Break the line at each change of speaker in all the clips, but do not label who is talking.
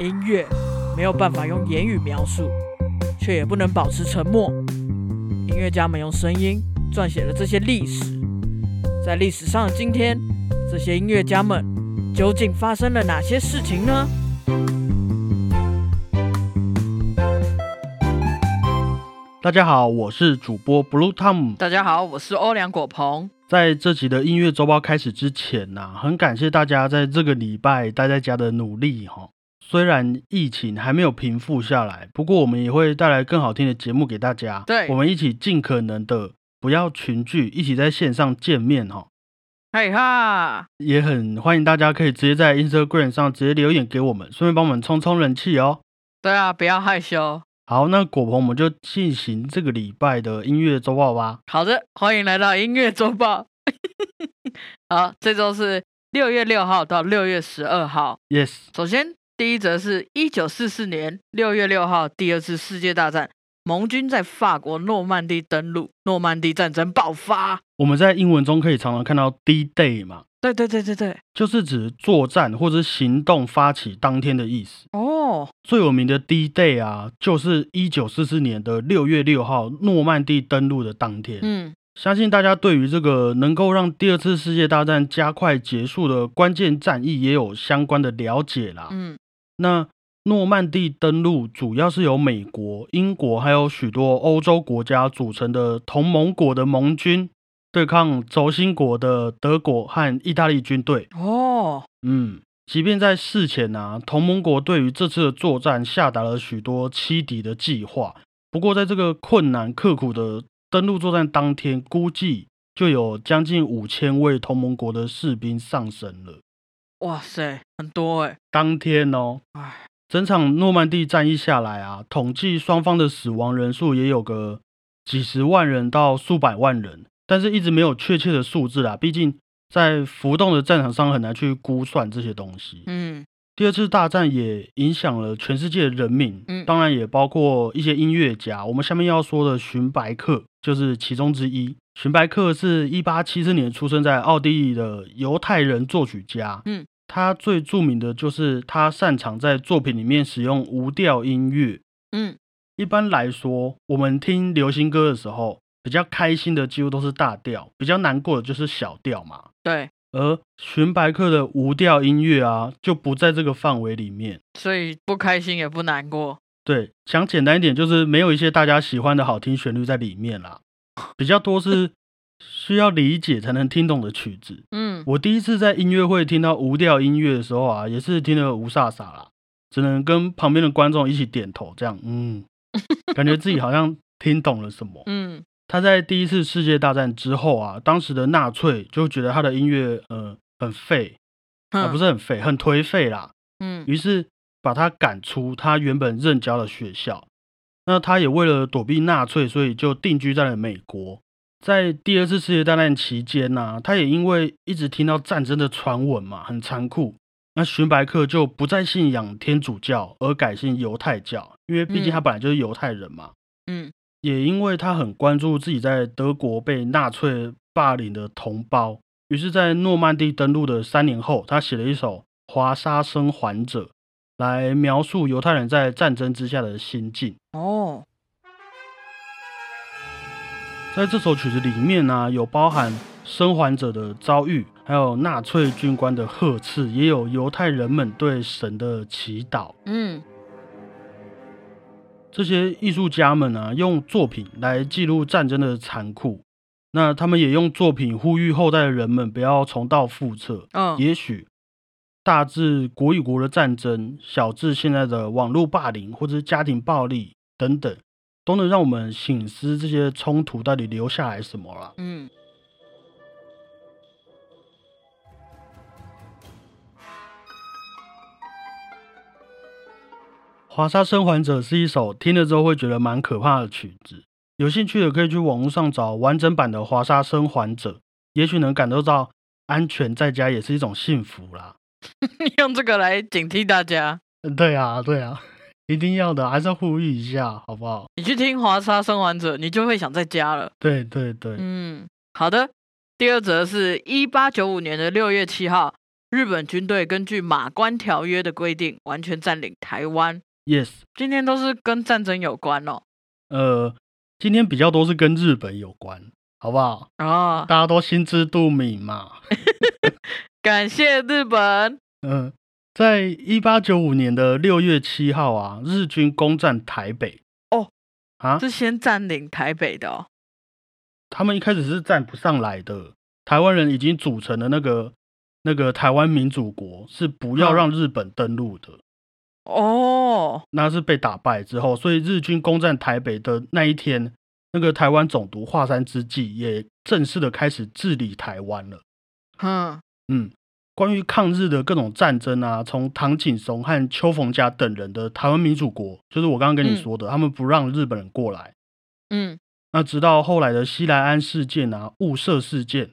音乐没有办法用言语描述，却也不能保持沉默。音乐家们用声音撰写了这些历史。在历史上的今天，这些音乐家们究竟发生了哪些事情呢？
大家好，我是主播 Blue Tom。
大家好，我是欧良果鹏。
在这集的音乐周报开始之前呐、很感谢大家在这个礼拜待在家的努力哈。虽然疫情还没有平复下来，不过我们也会带来更好听的节目给大家。
对
我们一起尽可能的不要群聚，一起在线上见面哈。
嘿哈，
也很欢迎大家可以直接在 Instagram 上直接留言给我们，顺便帮我们冲冲人气哦。
对啊，不要害羞。
好，那果鹏我们就进行这个礼拜的音乐周报吧。
好的，欢迎来到音乐周报。 好，这周是六月六号到六月十二号。
Yes，
首先，第一则是一九四四年六月六号，第二次世界大战，盟军在法国诺曼底登陆，诺曼底战争爆发。
我们在英文中可以常常看到 D Day 嘛，
对对对对对，
就是指作战或者行动发起当天的意思。
哦，
最有名的 D Day 啊，就是一九四四年的六月六号诺曼底登陆的当天。
嗯，
相信大家对于这个能够让第二次世界大战加快结束的关键战役也有相关的了解啦。
嗯，
那诺曼底登陆主要是由美国、英国还有许多欧洲国家组成的同盟国的盟军对抗轴心国的德国和意大利军队。
哦，
嗯，即便在事前啊，同盟国对于这次的作战下达了许多欺敌的计划。不过，在这个困难刻苦的登陆作战当天，估计就有将近五千位同盟国的士兵丧生了。
哇塞，很多哎，
当天哦
唉，
整场诺曼底战役下来啊，统计双方的死亡人数也有个几十万人到数百万人，但是一直没有确切的数字啦。毕竟在浮动的战场上很难去估算这些东西。
嗯，
第二次大战也影响了全世界的人民，
嗯
当然也包括一些音乐家。我们下面要说的荀白克就是其中之一。荀白克是一八七四年出生在奥地利的犹太人作曲家，
嗯，
他最著名的就是他擅长在作品里面使用无调音乐。
嗯，
一般来说，我们听流行歌的时候，比较开心的几乎都是大调，比较难过的就是小调嘛。
对，
而荀白克的无调音乐啊，就不在这个范围里面。
所以不开心也不难过。
对，讲简单一点，就是没有一些大家喜欢的好听旋律在里面啦，比较多是需要理解才能听懂的曲子。
嗯，
我第一次在音乐会听到无调音乐的时候啊，也是听得无飒飒啦，只能跟旁边的观众一起点头，这样，嗯，感觉自己好像听懂了什么。
嗯，
他在第一次世界大战之后啊，当时的纳粹就觉得他的音乐呃很废，啊，
哼
不，是很废，很颓废啦。
嗯，
于是把他赶出他原本任教的学校。那他也为了躲避纳粹，所以就定居在了美国。在第二次世界大战期间呢、他也因为一直听到战争的传闻嘛，很残酷。那荀白克就不再信仰天主教，而改信犹太教，因为毕竟他
嗯
本来就是犹太人嘛。
嗯，
也因为他很关注自己在德国被纳粹霸凌的同胞，于是，在诺曼底登陆的三年后，他写了一首《华沙生还者》，来描述犹太人在战争之下的心境。
哦，
在这首曲子里面呢、有包含生还者的遭遇，还有纳粹军官的呵斥，也有犹太人们对神的祈祷。
嗯，
这些艺术家们啊，用作品来记录战争的残酷。那他们也用作品呼吁后代的人们不要重蹈覆辙。
嗯，
也许大至国与国的战争，小至现在的网络霸凌或者是家庭暴力等等，都能让我们醒思这些冲突到底留下来什么啦。
嗯，
《华沙生还者》是一首听了之后会觉得蛮可怕的曲子，有兴趣的可以去网络上找完整版的《华沙生还者》，也许能感受到安全在家也是一种幸福啦。
用这个来警惕大家。
嗯对啊，对啊， 一定要的，还是要呼吁一下，好不好？
你去听《华沙生还者》，你就会想在家了。
对对对，
嗯嗯，好的。第二则是一八九五年的六月七号，日本军队根据《马关条约》的规定，完全占领台湾。
Yes，
今天都是跟战争有关哦。
呃，今天比较多是跟日本有关，好不好？
哦，
大家都心知肚明嘛。
感谢日本。
嗯，在一八九五年的六月七号啊，日军攻占台北。
哦，
啊，
是先占领台北的哦。
他们一开始是站不上来的，台湾人已经组成了那个那个台湾民主国，是不要
嗯
让日本登陆的。
哦，
那是被打败之后，所以日军攻占台北的那一天，那个台湾总督华山之际，也正式的开始治理台湾了。
哼，
嗯，关于抗日的各种战争啊，从唐景松和邱逢甲等人的台湾民主国，就是我刚刚跟你
嗯
说的，他们不让日本人过来。
嗯，
那直到后来的西来安事件啊、雾社事件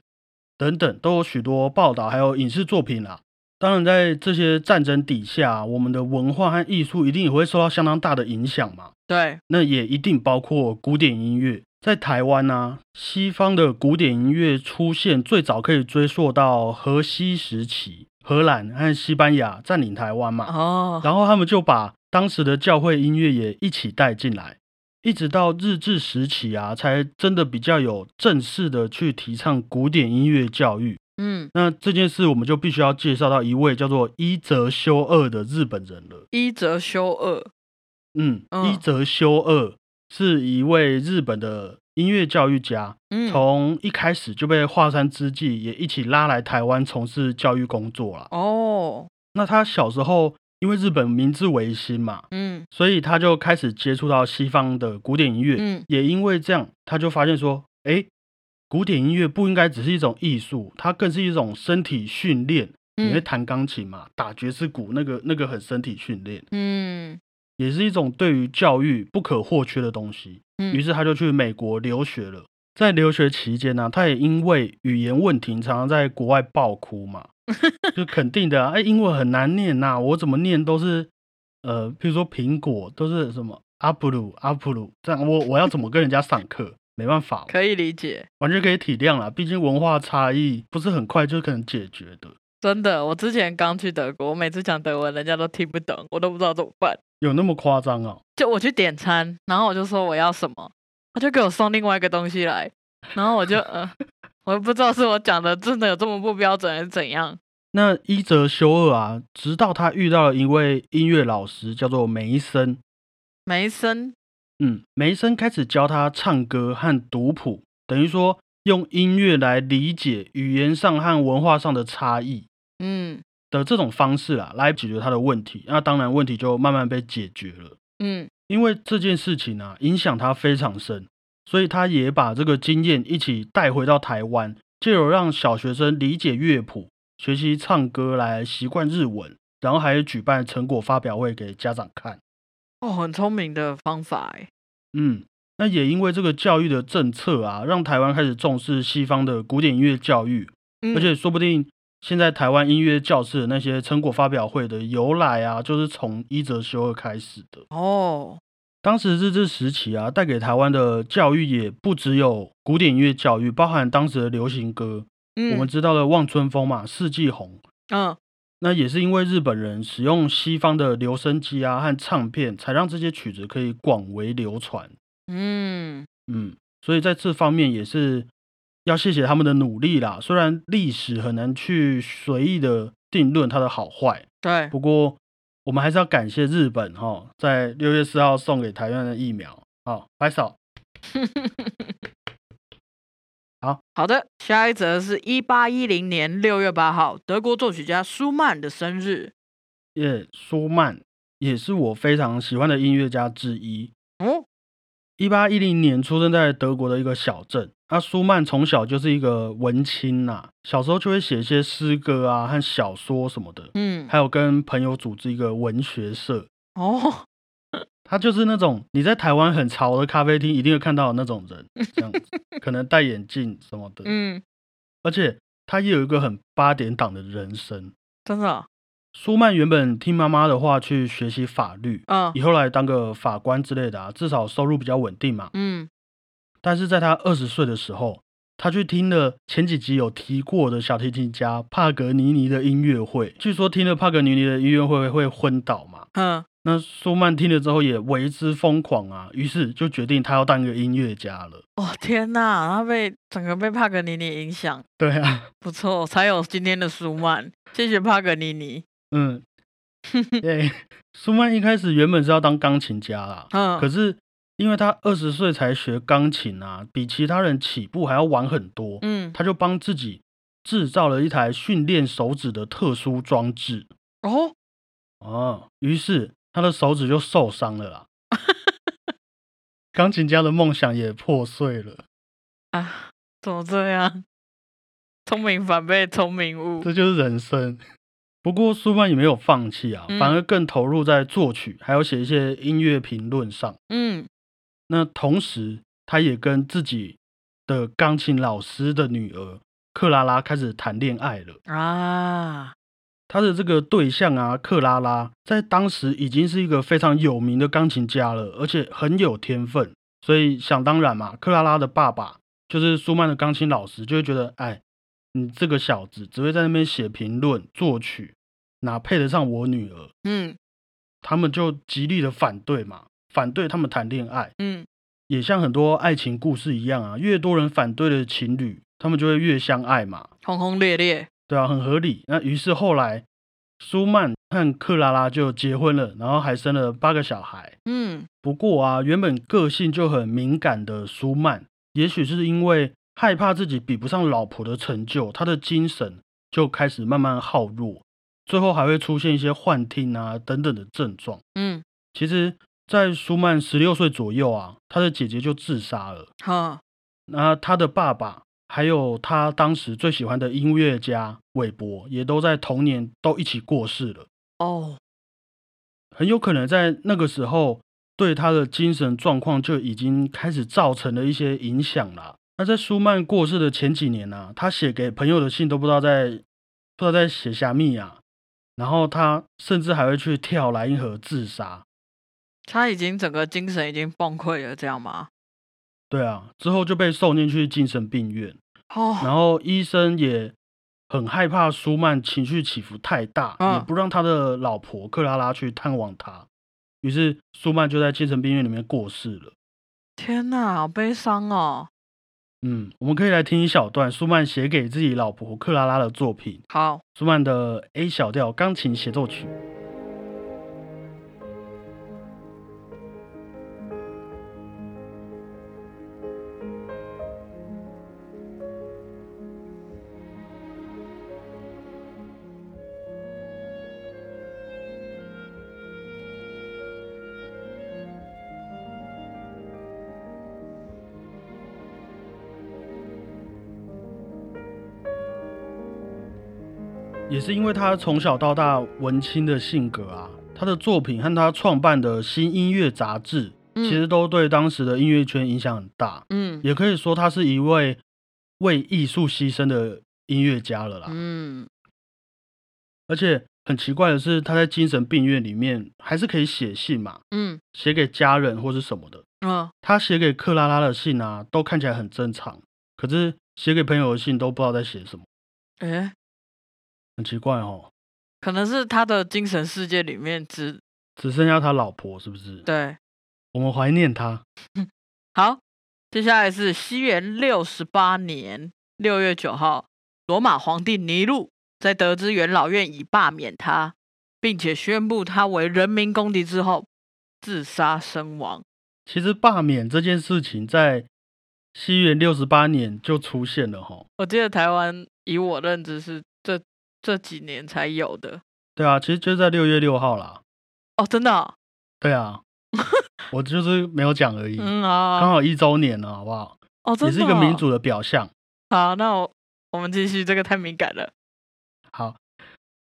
等等，都有许多报道，还有影视作品啊。当然，在这些战争底下，啊我们的文化和艺术一定也会受到相当大的影响嘛。
对，
那也一定包括古典音乐。在台湾呢、西方的古典音乐出现最早可以追溯到荷西时期，荷兰和西班牙占领台湾嘛，
哦，
啊然后他们就把当时的教会音乐也一起带进来，一直到日治时期啊，才真的比较有正式的去提倡古典音乐教育。
嗯，
那这件事我们就必须要介绍到一位叫做伊泽修二的日本人了。
一则修二，
嗯，
嗯
伊泽修二是一位日本的音乐教育家，
嗯，
从一开始就被华山之际也一起拉来台湾从事教育工作了。
哦，
那他小时候因为日本明治维新嘛，
嗯
所以他就开始接触到西方的古典音乐，
嗯
也因为这样，他就发现说，哎，古典音乐不应该只是一种艺术，它更是一种身体训练。你会
嗯
弹钢琴嘛？打爵士鼓那个那个很身体训练。
嗯
也是一种对于教育不可或缺的东西。
嗯，
于是他就去美国留学了。在留学期间呢、他也因为语言问题，常常在国外爆 哭嘛，就肯定的、啊，哎，英文很难念呐、我怎么念都是，呃，譬如说苹果都是什么阿普鲁阿普鲁，这样我我要怎么跟人家上课？没办法，
可以理解。
完全可以体谅啦，毕竟文化差异不是很快就可能解决的。
真的，我之前刚去德国，我每次讲德文，人家都听不懂，我都不知道怎么办。
有那么夸张啊？
就我去点餐，然后我就说我要什么，他就给我送另外一个东西来，然后我就呃， 我也不知道是我讲的真的有这么不标准还是怎样。
那伊泽修二啊，直到他遇到了一位音乐老师，叫做梅森。
梅森，
嗯，梅森开始教他唱歌和读谱，等于说用音乐来理解语言上和文化上的差异
嗯
的这种方式啊，来解决他的问题。那当然，问题就慢慢被解决了。
嗯
因为这件事情啊，影响他非常深，所以他也把这个经验一起带回到台湾，借由让小学生理解乐谱、学习唱歌来习惯日文，然后还举办成果发表会给家长看。
哦，很聪明的方法哎，
嗯，那也因为这个教育的政策啊，让台湾开始重视西方的古典音乐教育，
嗯
而且说不定现在台湾音乐教室的那些成果发表会的由来啊，就是从伊泽修二开始的。
哦，
当时日治时期啊，带给台湾的教育也不只有古典音乐教育，包含当时的流行歌。
嗯
我们知道的望春风嘛，四季红，
嗯
那也是因为日本人使用西方的留声机啊和唱片，才让这些曲子可以广为流传。
嗯
嗯，所以在这方面也是要谢谢他们的努力啦。虽然历史很难去随意的定论它的好坏，
对，
不过我们还是要感谢日本哈、在六月四号送给台湾的疫苗。好，拍手。
好的，下一则是一八一零年六月八号，德国作曲家舒曼的生日。
耶，舒曼也是我非常喜欢的音乐家之一。
哦，
一八一零年出生在德国的一个小镇。那舒曼从小就是一个文青呐、小时候就会写一些诗歌啊和小说什么的。
嗯，
还有跟朋友组织一个文学社，
哦，
他就是那种你在台湾很潮的咖啡厅一定会看到的那种人，这样子可能戴眼镜什么的，
嗯，
而且他也有一个很八点档的人生。
真的哦，
舒曼原本听妈妈的话去学习法律，
嗯
以后来当个法官之类的啊，至少收入比较稳定嘛。
嗯
但是在他二十岁的时候，他去听了前几集有提过的小提琴家帕格尼尼的音乐会，据说听了帕格尼尼的音乐会会昏倒嘛。
哼，
那舒曼听了之后也为之疯狂啊，于是就决定他要当一个音乐家了。
哦天哪，他被整个被帕格尼尼影响，
对啊，
不错，才有今天的舒曼。谢谢帕格尼尼。
嗯，对，舒曼一开始原本是要当钢琴家啦，
嗯，
可是因为他二十岁才学钢琴啊，比其他人起步还要晚很多，
嗯，
他就帮自己制造了一台训练手指的特殊装置
哦，
哦，于是他的手指就受伤了啦。钢琴家的梦想也破碎了，
啊，怎么这样？聪明反被聪明误。
这就是人生。不过舒曼也没有放弃啊，
嗯
反而更投入在作曲，还有写一些音乐评论上。
嗯，
那同时，他也跟自己的钢琴老师的女儿克拉拉开始谈恋爱了。
啊，
他的这个对象啊，克拉拉，在当时已经是一个非常有名的钢琴家了，而且很有天分。所以想当然嘛，克拉拉的爸爸就是舒曼的钢琴老师，就会觉得，哎，你这个小子只会在那边写评论、作曲，哪配得上我女儿？
嗯
他们就极力的反对嘛，反对他们谈恋爱。
嗯，
也像很多爱情故事一样啊，越多人反对的情侣，他们就会越相爱嘛，
轰轰烈烈。
对啊，很合理。那于是后来，舒曼和克拉拉就结婚了，然后还生了八个小孩。
嗯
不过啊，原本个性就很敏感的舒曼，也许是因为害怕自己比不上老婆的成就，他的精神就开始慢慢耗弱，最后还会出现一些幻听啊等等的症状。
嗯，
其实，在舒曼十六岁左右啊，他的姐姐就自杀了。
哈，
那他的爸爸还有他当时最喜欢的音乐家韦伯，也都在同年都一起过世了。
哦，
很有可能在那个时候，对他的精神状况就已经开始造成了一些影响啦。那在舒曼过世的前几年啊，他写给朋友的信都不知道在不知道在写虾米啊，然后他甚至还会去跳莱茵河自杀。
他已经整个精神已经崩溃了，这样吗？
对啊，之后就被送进去精神病院，
哦，
然后医生也很害怕舒曼情绪起伏太大，也
嗯
不让他的老婆克拉拉去探望他，于是舒曼就在精神病院里面过世了。
天哪，好悲伤哦。
嗯，我们可以来听一小段舒曼写给自己老婆克拉拉的作品，
好，
舒曼的 A 小调钢琴协奏曲。也是因为他从小到大文青的性格啊，他的作品和他创办的新音乐杂志，
嗯
其实都对当时的音乐圈影响很大。
嗯
也可以说他是一位为艺术牺牲的音乐家了啦。
嗯，
而且很奇怪的是，他在精神病院里面还是可以写信嘛，
嗯
写给家人或是什么的。
嗯，
他写给克拉拉的信啊，都看起来很正常，可是写给朋友的信都不知道在写什么，
诶，
很奇怪哦。
可能是他的精神世界里面只
只剩下他老婆是不是？
对。
我们怀念他。
好，接下来是西元六十八年六月九号，罗马皇帝尼禄在得知元老院已罢免他，并且宣布他为人民公敌之后，自杀身亡。
其实罢免这件事情在西元六十八年就出现了哈。
我记得台湾以我认知是这这几年才有的
对啊，其实就在六月六号啦。
哦，真的哦、
对啊，我就是没有讲而已，
嗯
刚
啊，
好一周年了，好不好？
哦，真
也
的、
是一个民。主的表象。
好，那我我们继续，这个太敏感了。
好，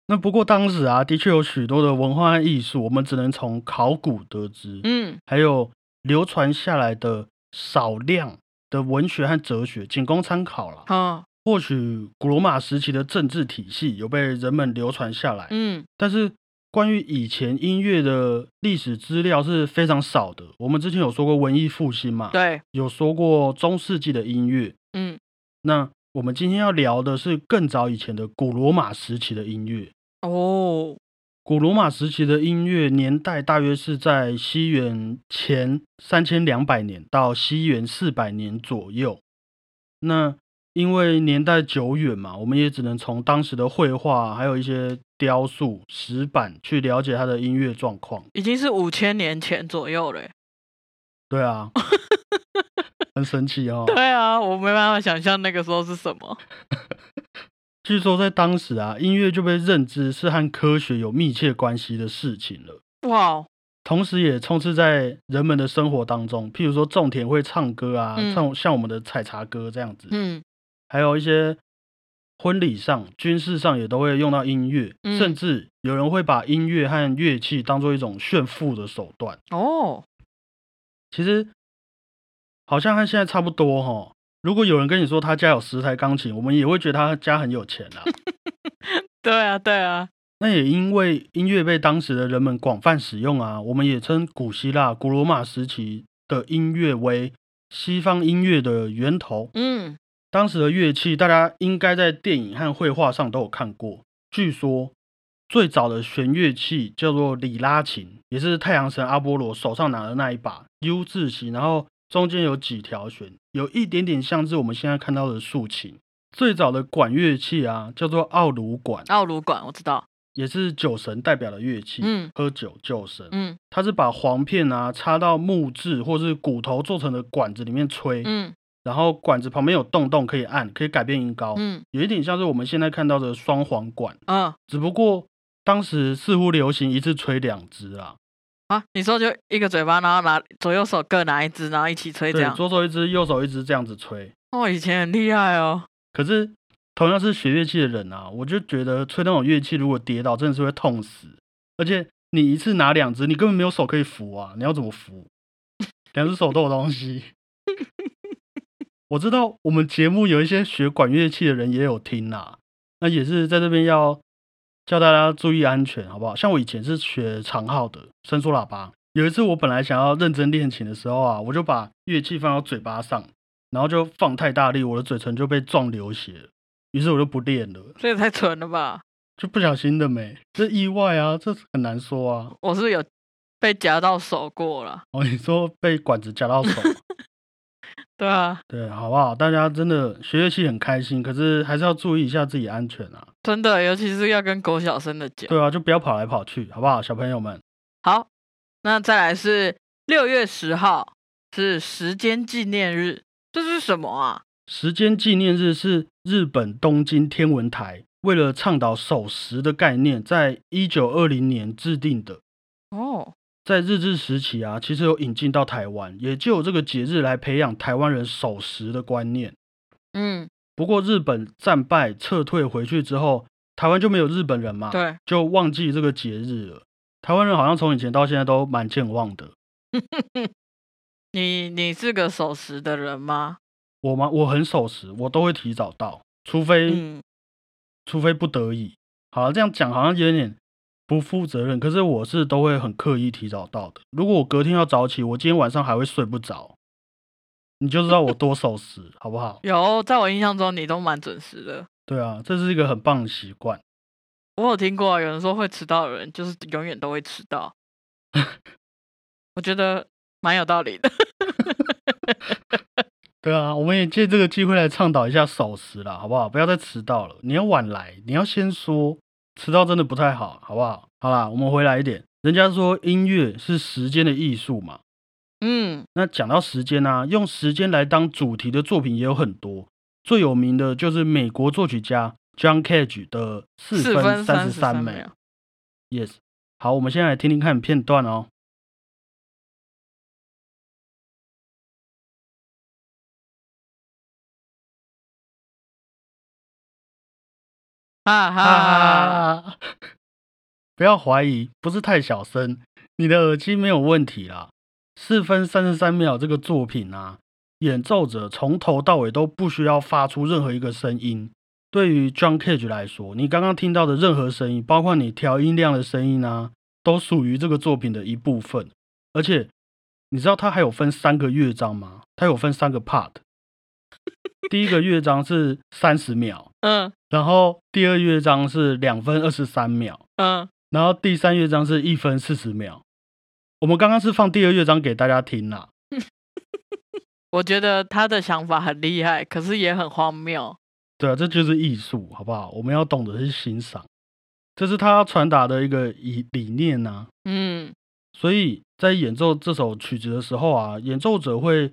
那不过当时啊，的确有许多的文化和艺术，我们只能从考古得知，
嗯
还有流传下来的少量的文学和哲学，仅供参考啦。
好，
或许古罗马时期的政治体系有被人们流传下来，
嗯
但是关于以前音乐的历史资料是非常少的。我们之前有说过文艺复兴嘛，
对，
有说过中世纪的音乐，
嗯
那我们今天要聊的是更早以前的古罗马时期的音乐。
哦，
古罗马时期的音乐年代大约是在西元前三千两百年到西元四百年左右。那因为年代久远嘛，我们也只能从当时的绘画，还有一些雕塑、石板去了解它的音乐状况。
已经是五千年前左右了耶。欸
对啊，很神奇哦。
对啊，我没办法想象那个时候是什么。
据说在当时啊，音乐就被认知是和科学有密切关系的事情了。
哇，哦
同时也充斥在人们的生活当中，譬如说种田会唱歌啊，
嗯
唱像我们的采茶歌这样子，
嗯，
还有一些婚礼上、军事上也都会用到音乐，
嗯
甚至有人会把音乐和乐器当做一种炫富的手段。
哦，
其实好像和现在差不多哈。如果有人跟你说他家有十台钢琴，我们也会觉得他家很有钱啊啦、
对啊，对啊，
那也因为音乐被当时的人们广泛使用啊，我们也称古希腊、古罗马时期的音乐为西方音乐的源头。
嗯，
当时的乐器，大家应该在电影和绘画上都有看过。据说最早的弦乐器叫做里拉琴，也是太阳神阿波罗手上拿的那一把 U 字形，然后中间有几条弦，有一点点像是我们现在看到的竖琴。最早的管乐器啊，叫做奥卢管。
奥鲁管我知道，
也是酒神代表的乐器，
嗯
喝酒酒神，
嗯
它是把簧片啊插到木质或是骨头做成的管子里面吹，
嗯
然后管子旁边有洞洞可以按，可以改变音高，
嗯
有一点像是我们现在看到的双簧管，
嗯
只不过当时似乎流行一次吹两只啦，
啊，你说就一个嘴巴，然后拿左右手各拿一只，然后一起吹这
对，
样。
左手一只，右手一只这样子吹。
哦，以前很厉害哦。
可是同样是学乐器的人啊，我就觉得吹那种乐器如果跌倒真的是会痛死，而且你一次拿两只，你根本没有手可以扶啊，你要怎么扶？两只手都有东西。我知道我们节目有一些学管乐器的人也有听啦、那也是在这边要叫大家注意安全，好不好？像我以前是学长号的伸缩喇叭，有一次我本来想要认真练琴的时候啊，我就把乐器放到嘴巴上，然后就放太大力，我的嘴唇就被撞流血了，于是我就不练了，
这也太蠢了吧！
就不小心的没，这意外啊，这很难说啊。
我是不是有被夹到手过了。
哦，你说被管子夹到手，啊
对啊，
对，好不好？大家真的学乐器很开心，可是还是要注意一下自己安全啊。
真的，尤其是要跟狗小生的讲。
对啊，就不要跑来跑去，好不好，小朋友们？
好，那再来是六月十号是时间纪念日，这是什么啊？
时间纪念日是日本东京天文台为了倡导守时的概念，在一九二零年制定的。
哦，
在日治时期啊，其实有引进到台湾，也就有这个节日来培养台湾人守时的观念。
嗯，
不过日本战败撤退回去之后，台湾就没有日本人嘛，
对，
就忘记这个节日了。台湾人好像从以前到现在都蛮健忘的。
你你是个守时的人吗？
我嘛，我很守时，我都会提早到，除非、
嗯，
除非不得已。好了，这样讲好像有点不负责任，可是我是都会很刻意提早到的。如果我隔天要早起，我今天晚上还会睡不着，你就知道我多守时，好不好？
有，在我印象中你都蛮准时的。
对啊，这是一个很棒的习惯。
我有听过啊有人说会迟到的人就是永远都会迟 到，我觉得蛮有道理 的。
对啊，我们也借这个机会来倡导一下守时啦，好不好？不要再迟到了。你要晚来，你要先说，迟到真的不太好，好不好？好啦，我们回来一点。人家说音乐是时间的艺术嘛，
嗯，
那讲到时间啊，用时间来当主题的作品也有很多，最有名的就是美国作曲家 John Cage 的四
四分
三
三
十
十三
三秒
秒。。
Yes，好，我们现在来听听看片段哦。
哈哈，
啊！ 不要怀疑，不是太小声，你的耳机没有问题啦。四分三十三秒这个作品啊，演奏者从头到尾都不需要发出任何一个声音。对于 John Cage 来说，你刚刚听到的任何声音，包括你调音量的声音啊，都属于这个作品的一部分。而且，你知道它还有分三个乐章吗？它有分三个 part。第一个乐章是三十秒，
嗯
然后第二乐章是两分二十三秒，
嗯，
然后第三乐章是一分四十秒。我们刚刚是放第二乐章给大家听啦，
我觉得他的想法很厉害，可是也很荒谬。
对啊，这就是艺术，好不好？我们要懂得去欣赏，这是他传达的一个理理念啊呐、
嗯
所以在演奏这首曲子的时候啊，演奏者会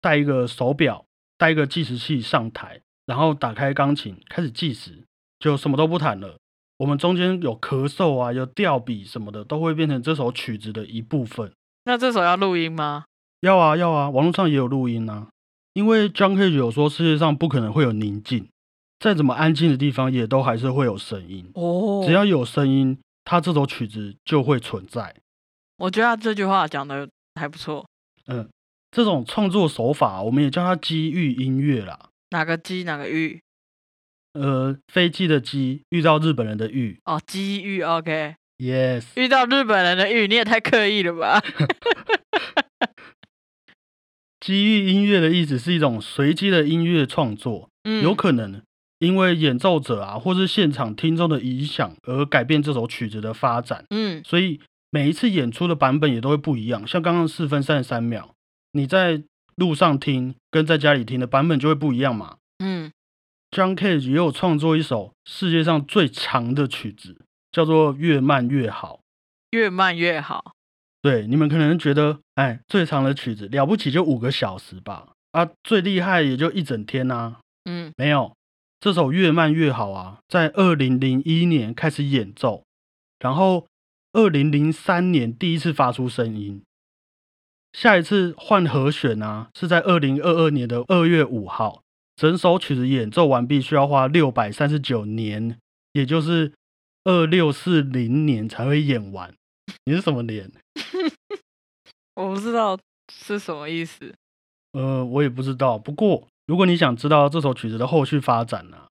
带一个手表，带一个计时器上台，然后打开钢琴开始计时，就什么都不弹了。我们中间有咳嗽啊，有吊笔什么的，都会变成这首曲子的一部分。
那这首要录音吗？
要啊要啊，网络上也有录音啊。因为 John Cage 有说，世界上不可能会有宁静，再怎么安静的地方，也都还是会有声音。
哦
只要有声音，它这首曲子就会存在。
我觉得他这句话讲的还不错。
这种创作手法，我们也叫它机遇音乐啦。
哪个鸡哪个玉？
呃，飞机的机遇到日本人的遇
哦，机遇 OK。
，yes，
遇到日本人的遇，你也太刻意了吧？
机遇音乐的意思是一种随机的音乐创作，
嗯，
有可能因为演奏者啊或是现场听众的影响而改变这首曲子的发展，
嗯
所以每一次演出的版本也都会不一样。像刚刚四分三十三秒，你在路上听跟在家里听的版本就会不一样嘛。
嗯，
John Cage 也有创作一首世界上最长的曲子，叫做《越慢越好》。
越慢越好。
对，你们可能觉得，哎，最长的曲子了不起就五个小时吧，啊，最厉害也就一整天啊呐、
嗯
没有，这首《越慢越好》啊，在二零零一年开始演奏，然后二零零三年第一次发出声音，下一次换和弦啊，是在二零二二年的二月五号。整首曲子演奏完毕需要花六百三十九年，也就是二六四零年才会演完。你是什么年？
我不知道是什么意思。
呃，我也不知道。不过，如果你想知道这首曲子的后续发展呢、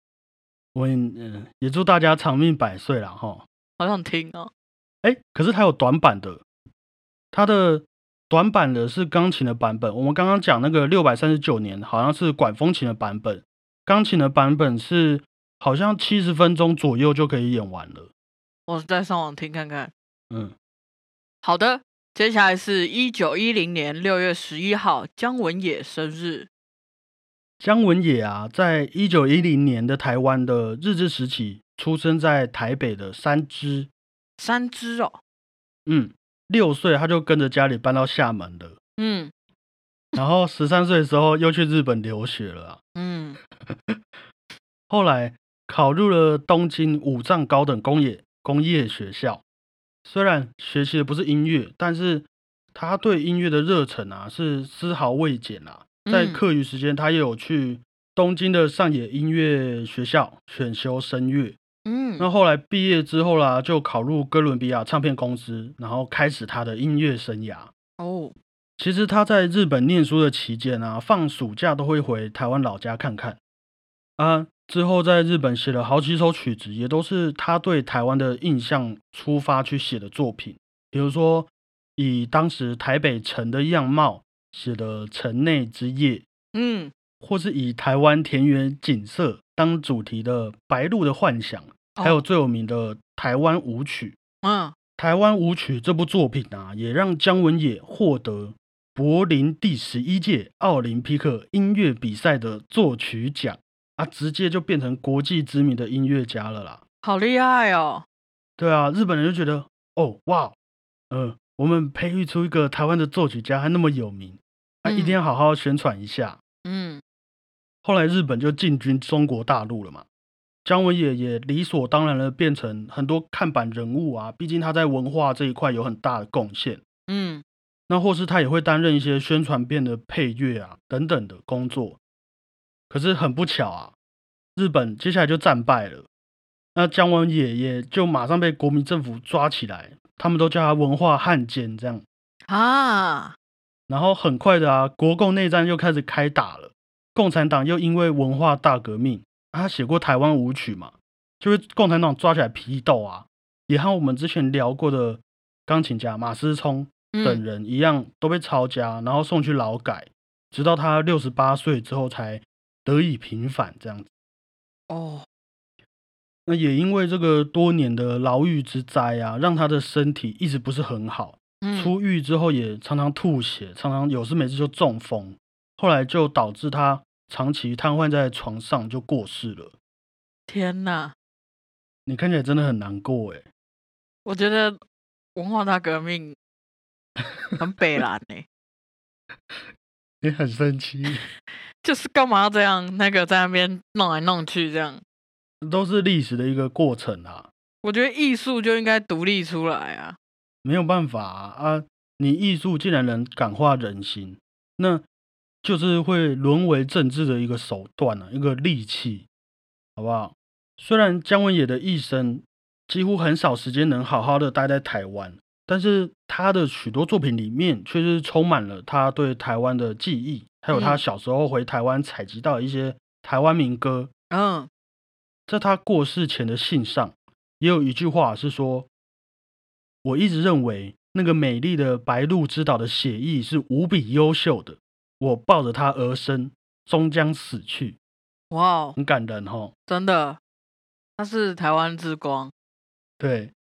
我也嗯、也祝大家长命百岁啦哈。
好想听哦。
哎，可是它有短版的，它的短版的是钢琴的版本。我们刚刚讲那个六百三十九年，好像是管风琴的版本，钢琴的版本是好像七十分钟左右就可以演完了。
我再上网听看看。
嗯，
好的，接下来是一九一零年六月十一号，姜文也生日。
姜文也啊，在一九一零年的台湾的日治时期，出生在台北的三芝。
三只哦，
嗯，六岁他就跟着家里搬到厦门了，
嗯
然后十三岁的时候又去日本留学了、啊，
嗯
后来考入了东京武藏高等工业工业学校。虽然学习的不是音乐，但是他对音乐的热忱啊是丝毫未减啊。在
嗯
课余时间，他也有去东京的上野音乐学校选修声乐。那
嗯，
后来毕业之后啦，就考入哥伦比亚唱片公司，然后开始他的音乐生涯。
哦，
其实他在日本念书的期间啊，放暑假都会回台湾老家看看啊。之后在日本写了好几首曲子，也都是他对台湾的印象出发去写的作品。比如说，以当时台北城的样貌写的《城内之夜》，
嗯
或是以台湾田园景色当主题的《白鹭的幻想》，还有
哦
最有名的《台湾舞曲》。
嗯，
《台湾舞曲》这部作品啊，也让姜文也获得柏林第十一届奥林匹克音乐比赛的作曲奖啊，直接就变成国际知名的音乐家了啦。
好厉害哦。
对啊，日本人就觉得，哦哇，呃，我们培育出一个台湾的作曲家，还那么有名，啊，一定要好好宣传一下。
嗯
后来日本就进军中国大陆了嘛，姜文也也理所当然的变成很多看板人物啊，毕竟他在文化这一块有很大的贡献。
嗯
那或是他也会担任一些宣传片的配乐啊等等的工作。可是很不巧啊，日本接下来就战败了，那姜文也也就马上被国民政府抓起来，他们都叫他文化汉奸这样。
啊，
然后很快的啊，国共内战又开始开打了，共产党又因为文化大革命，啊、他写过台湾舞曲嘛，就被共产党抓起来批斗啊，也和我们之前聊过的钢琴家马思聪等
嗯
人一样都被抄家，然后送去劳改，直到他六十八岁之后才得以平反这样子。
哦，
那也因为这个多年的牢狱之灾啊，让他的身体一直不是很好。
嗯
出狱之后也常常吐血，常常有事没事就中风，后来就导致他长期瘫痪在床上就过世了。
天哪！
你看起来真的很难过欸诶。
我觉得文化大革命很北蓝欸呢、
你很生气，
就是干嘛要这样？那个在那边弄来弄去这样，
都是历史的一个过程啊，
我觉得艺术就应该独立出来啊。
没有办法啊。啊你艺术既然能感化人心，那就是会沦为政治的一个手段啊，一个利器，好不好？虽然姜文也的一生几乎很少时间能好好的待在台湾，但是他的许多作品里面却是充满了他对台湾的记忆，还有他
嗯
小时候回台湾采集到的一些台湾民歌，
嗯，
在他过世前的信上，也有一句话是说：“我一直认为那个美丽的白鹭之岛的写意是无比优秀的，我抱着它而生，终将死去。
哇哦”，
很感人哈。
真的，他是台湾之光。
对，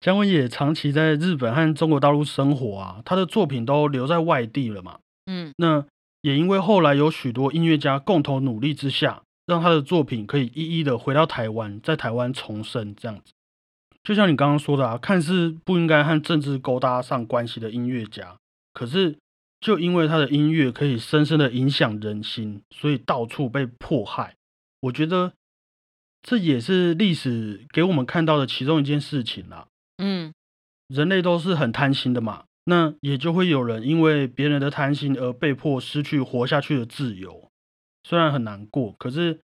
姜文也长期在日本和中国大陆生活啊，他的作品都留在外地了嘛。
嗯，
那也因为后来有许多音乐家共同努力之下，让他的作品可以一一的回到台湾，在台湾重生这样子。就像你刚刚说的啊，看似不应该和政治勾搭上关系的音乐家，可是就因为他的音乐可以深深的影响人心，所以到处被迫害。我觉得这也是历史给我们看到的其中一件事情啊啦、
嗯，
人类都是很贪心的嘛，那也就会有人因为别人的贪心而被迫失去活下去的自由。虽然很难过，可是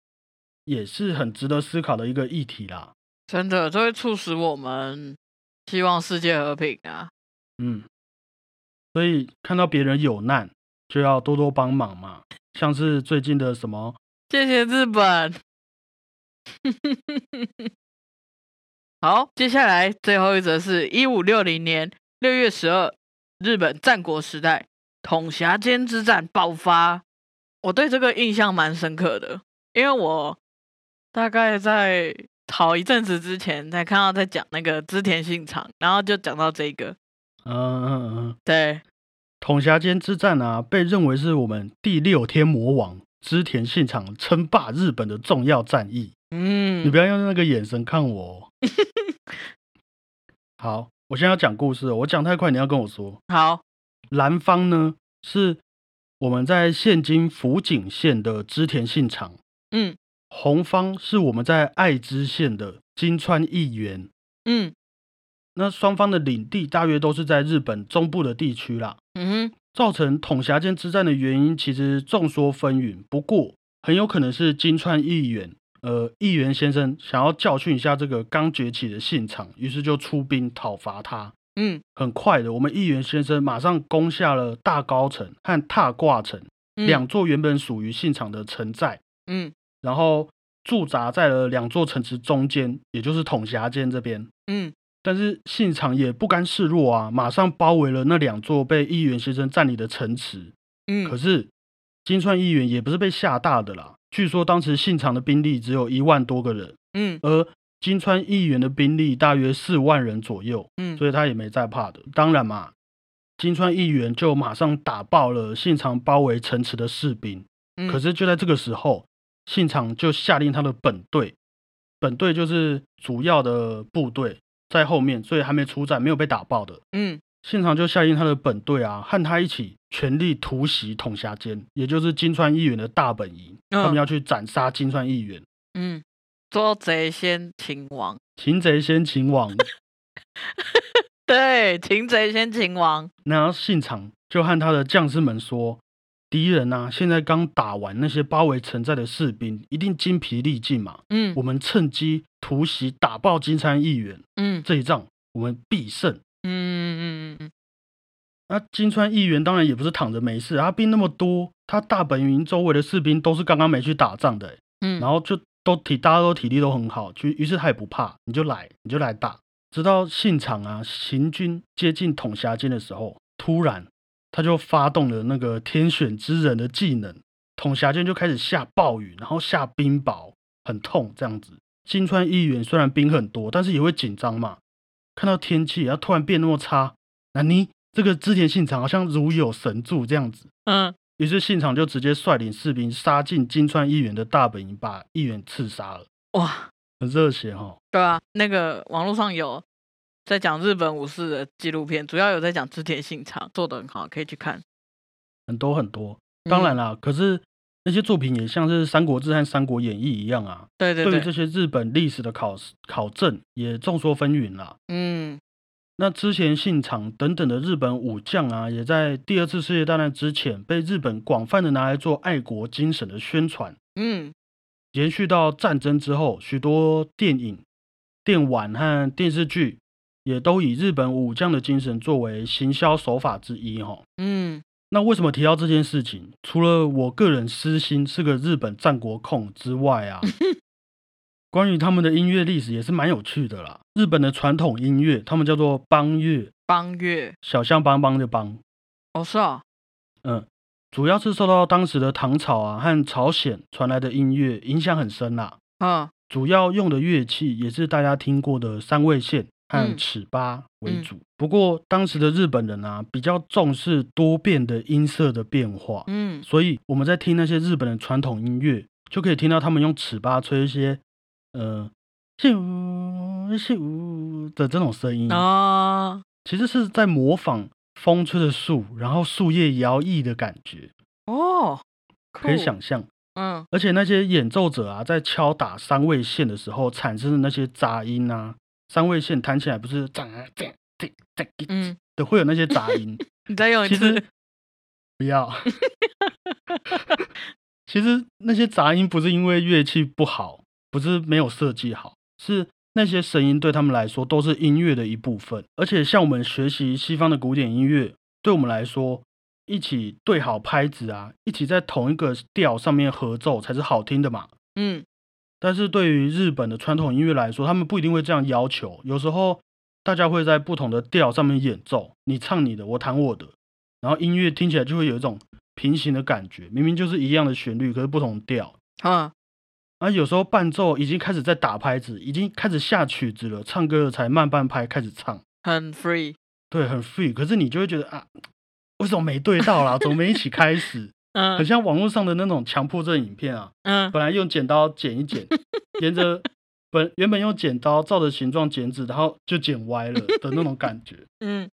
也是很值得思考的一个议题啦。
真的，这会促使我们希望世界和平啊。
嗯，所以看到别人有难，就要多多帮忙嘛。像是最近的什么，
谢谢日本。好，接下来最后一则是一五六零年六月十二，日本战国时代统辖间之战爆发。我对这个印象蛮深刻的，因为我大概在好一阵子之前才看到在讲那个织田信长，然后就讲到这个。
嗯嗯嗯，
对，
统辖间之战啊，被认为是我们第六天魔王织田信长称霸日本的重要战役。
嗯，
你不要用那个眼神看我哦、好，我现在要讲故事哦，我讲太快，你要跟我说。
好，
兰芳呢，是我们在现今福井县的织田信长，
嗯
红方是我们在爱知县的金川议员。
嗯
那双方的领地大约都是在日本中部的地区啦。
嗯哼，
造成统辖间之战的原因其实众说纷纭，不过很有可能是金川议员，呃，议员先生想要教训一下这个刚崛起的信长，于是就出兵讨伐他。
嗯
很快的，我们议员先生马上攻下了大高城和踏挂城
嗯
两座原本属于信长的城寨，
嗯
然后驻扎在了两座城池中间，也就是统辖间这边。
嗯
但是信长也不甘示弱啊，马上包围了那两座被议员先生占领的城池。
嗯，
可是金川议员也不是被吓大的啦，据说当时信长的兵力只有一万多个人，
嗯
而金川议员的兵力大约四万人左右，
嗯
所以他也没在怕的。当然嘛，金川议员就马上打爆了信长包围城池的士兵。
嗯
可是就在这个时候，信长就下令他的本队，本队就是主要的部队在后面，所以还没出战，没有被打爆的。
嗯
现场就下令他的本队啊，和他一起全力突袭统辖间，也就是金川议员的大本营。他
嗯
们要去斩杀金川议员，
嗯，捉贼先擒王，
擒贼先擒王。
对，擒贼先擒王，
然后信长就和他的将士们说：“敌人呐、啊，现在刚打完那些包围城寨的士兵，一定精疲力尽嘛。
嗯
我们趁机突袭，打爆金川议员，
嗯
这一仗我们必胜。”
嗯嗯嗯嗯
那金川议员当然也不是躺着没事，他兵那么多，他大本营周围的士兵都是刚刚没去打仗的、欸，
嗯，
然后就都体大家都体力都很好，就于是他也不怕，你就来你就来打，直到信长啊行军接近统辖间的时候，突然他就发动了那个天选之人的技能，统辖间就开始下暴雨，然后下冰雹，很痛这样子。新川议员虽然冰很多，但是也会紧张嘛。看到天气，然后突然变那么差，那你这个织田信长好像如有神助这样子。
嗯，
于是信长就直接率领士兵杀进金川议员的大本营，把议员刺杀了，
哇，
很热血哈。
对啊，那个网络上有在讲日本武士的纪录片，主要有在讲织田信长，做的很好，可以去看。嗯
很多很多。当然
了，
啦，可是那些作品也像是《三国志》和《三国演义》一样啊，
对对
对于这
对，
些日本历史的考考证也众说纷纭啦。
嗯，
那之前信长等等的日本武将啊，也在第二次世界大战之前被日本广泛的拿来做爱国精神的宣传，
嗯，
延续到战争之后，许多电影、电玩和电视剧也都以日本武将的精神作为行销手法之一哈、
嗯，
那为什么提到这件事情？除了我个人私心是个日本战国控之外啊，关于他们的音乐历史也是蛮有趣的啦。日本的传统音乐，他们叫做邦乐，
邦乐，
小象邦邦的邦，
哦是哦，
嗯，主要是受到当时的唐朝啊和朝鲜传来的音乐影响很深啦。
嗯
主要用的乐器也是大家听过的三味线和
嗯
尺八为
嗯
主。不过当时的日本人啊，比较重视多变的音色的变化，
嗯，
所以我们在听那些日本的传统音乐，就可以听到他们用尺八吹一些呃咻咻的这种声音，
哦
其实是在模仿风吹的树，然后树叶摇曳的感觉，
哦，
可以
酷
想，象。
嗯
而且那些演奏者啊，在敲打三味线的时候产生的那些杂音啊，三味线弹起来不是 炸炸炸炸
嗯，
的，会有那些杂音。
你再用一
其实
次，
不要。其实那些杂音不是因为乐器不好，不是没有设计好，是那些声音对他们来说都是音乐的一部分。而且像我们学习西方的古典音乐，对我们来说，一起对好拍子啊，一起在同一个调上面合奏才是好听的嘛。
嗯
但是对于日本的传统音乐来说，他们不一定会这样要求。有时候大家会在不同的调上面演奏，你唱你的，我弹我的，然后音乐听起来就会有一种平行的感觉，明明就是一样的旋律，可是不同调。
嗯，
啊，有时候伴奏已经开始在打拍子，已经开始下曲子了，唱歌了才慢半拍开始唱，
很 free，
对，很 free。可是你就会觉得啊，为什么没对到啦？怎么没一起开始？ 很
嗯
像网络上的那种强迫症影片啊，
嗯
本来用剪刀剪一剪，沿着本原本用剪刀照着形状剪纸，然后就剪歪了的那种感觉。
嗯，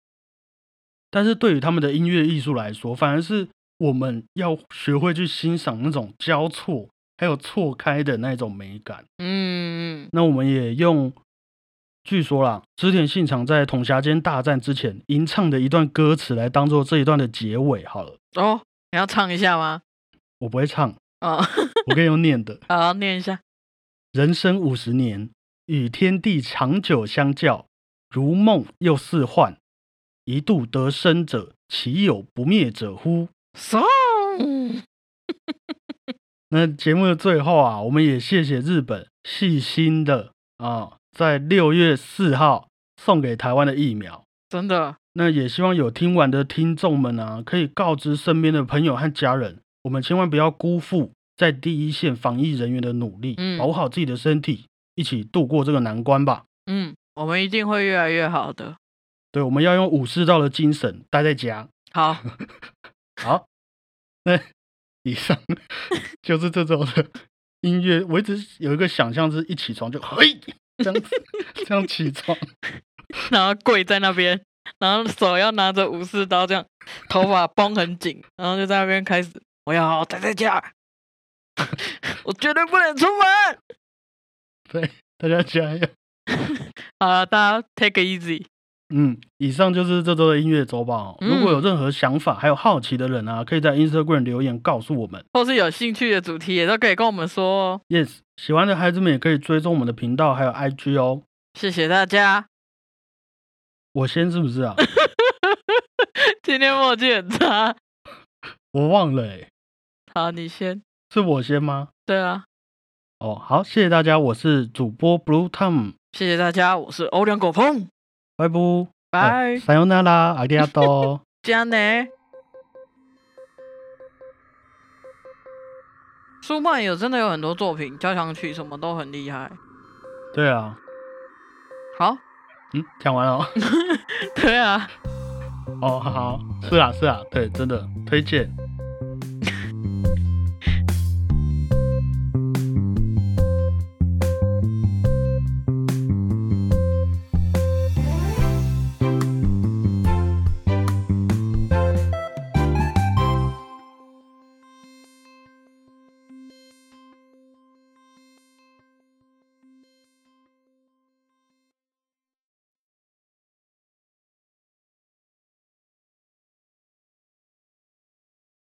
但是对于他们的音乐艺术来说，反而是我们要学会去欣赏那种交错还有错开的那种美感。
嗯嗯
那我们也用，据说啦，织田信长在统辖间大战之前吟唱的一段歌词来当做这一段的结尾好了。
哦，你要唱一下吗？
我不会唱，
哦，
我可以用念的。
好，念一下，
人生五十年，与天地长久相较，如梦又似幻。一度得生者，岂有不灭者乎？
送，
那节目的最后啊，我们也谢谢日本细心的啊，在六月四号送给台湾的疫苗。
真的，
那也希望有听完的听众们啊，可以告知身边的朋友和家人，我们千万不要辜负在第一线防疫人员的努力，
嗯
保护好自己的身体，一起度过这个难关吧。
嗯，我们一定会越来越好的。
对，我们要用武士道的精神待在家。
好，
好，那以上就是这周的音乐。我一直有一个想象是，一起床就嘿，这样子这样起床。
然后跪在那边，然后手要拿着武士刀，这样头发绷很紧，然后就在那边开始，我要待在家， 我绝对不能出门。
对，大家加油。
好了，大家 take it easy。
嗯，以上就是这周的音乐周报哦、如果有任何想法还有好奇的人啊，可以在 Instagram 留言告诉我们。
或是有兴趣的主题也都可以跟我们说哦。
Yes，喜欢的孩子们也可以追踪我们的频道还有 IG 哦。
谢谢大家，
我先是不是啊？
今天默契很差。
我忘了诶、
好，你先。
是我先吗？
对啊，
哦，好，谢谢大家，我是主播 Blue Tom。
谢谢大家，我是欧良狗碰，
拜拜。
拜，
さよなら、ありがとう。
加呢。舒曼也真的有很多作品，交响曲什么都很厉害。
对啊，
好，
嗯，讲完了哦。
对啊，
哦，好，是啊，是啊，对，真的推荐。